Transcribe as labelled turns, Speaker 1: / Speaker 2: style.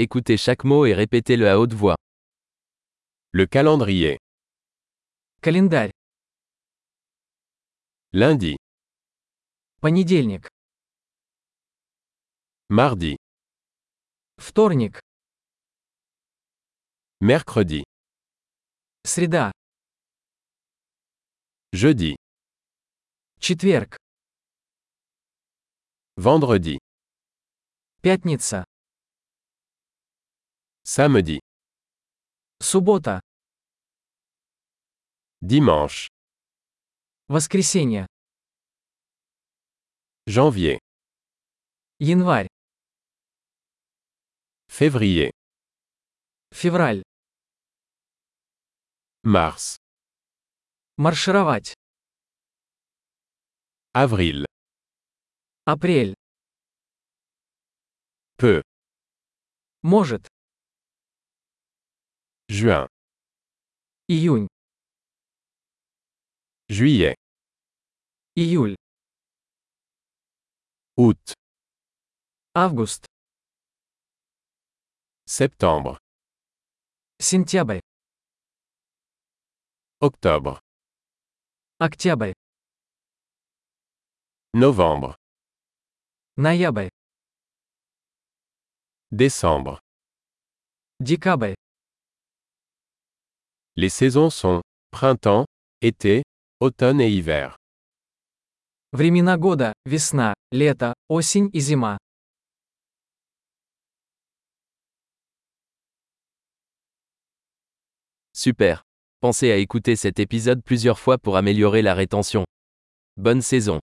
Speaker 1: Écoutez chaque mot et répétez-le à haute voix.
Speaker 2: Le calendrier.
Speaker 3: Календарь.
Speaker 2: Lundi,
Speaker 3: Понедельник.
Speaker 2: mardi,
Speaker 3: Вторник.
Speaker 2: mercredi,
Speaker 3: Среда.
Speaker 2: jeudi,
Speaker 3: Четверг.
Speaker 2: vendredi,
Speaker 3: Пятница.
Speaker 2: samedi,
Speaker 3: Суббота.
Speaker 2: dimanche,
Speaker 3: Воскресенье.
Speaker 2: janvier,
Speaker 3: Январь.
Speaker 2: février,
Speaker 3: Февраль.
Speaker 2: mars,
Speaker 3: Маршировать.
Speaker 2: avril,
Speaker 3: Апрель.
Speaker 2: peu,
Speaker 3: Может.
Speaker 2: juin,
Speaker 3: Июнь.
Speaker 2: juillet,
Speaker 3: Июль.
Speaker 2: août,
Speaker 3: Август.
Speaker 2: septembre,
Speaker 3: Сентябрь.
Speaker 2: octobre,
Speaker 3: Октябрь.
Speaker 2: novembre,
Speaker 3: Ноябрь.
Speaker 2: décembre.
Speaker 3: Декабрь.
Speaker 2: Les saisons sont printemps, été, automne et hiver.
Speaker 3: Времена года. Весна, лето, осень и зима.
Speaker 1: Super. Pensez à écouter cet épisode plusieurs fois pour améliorer la rétention. Bonne saison.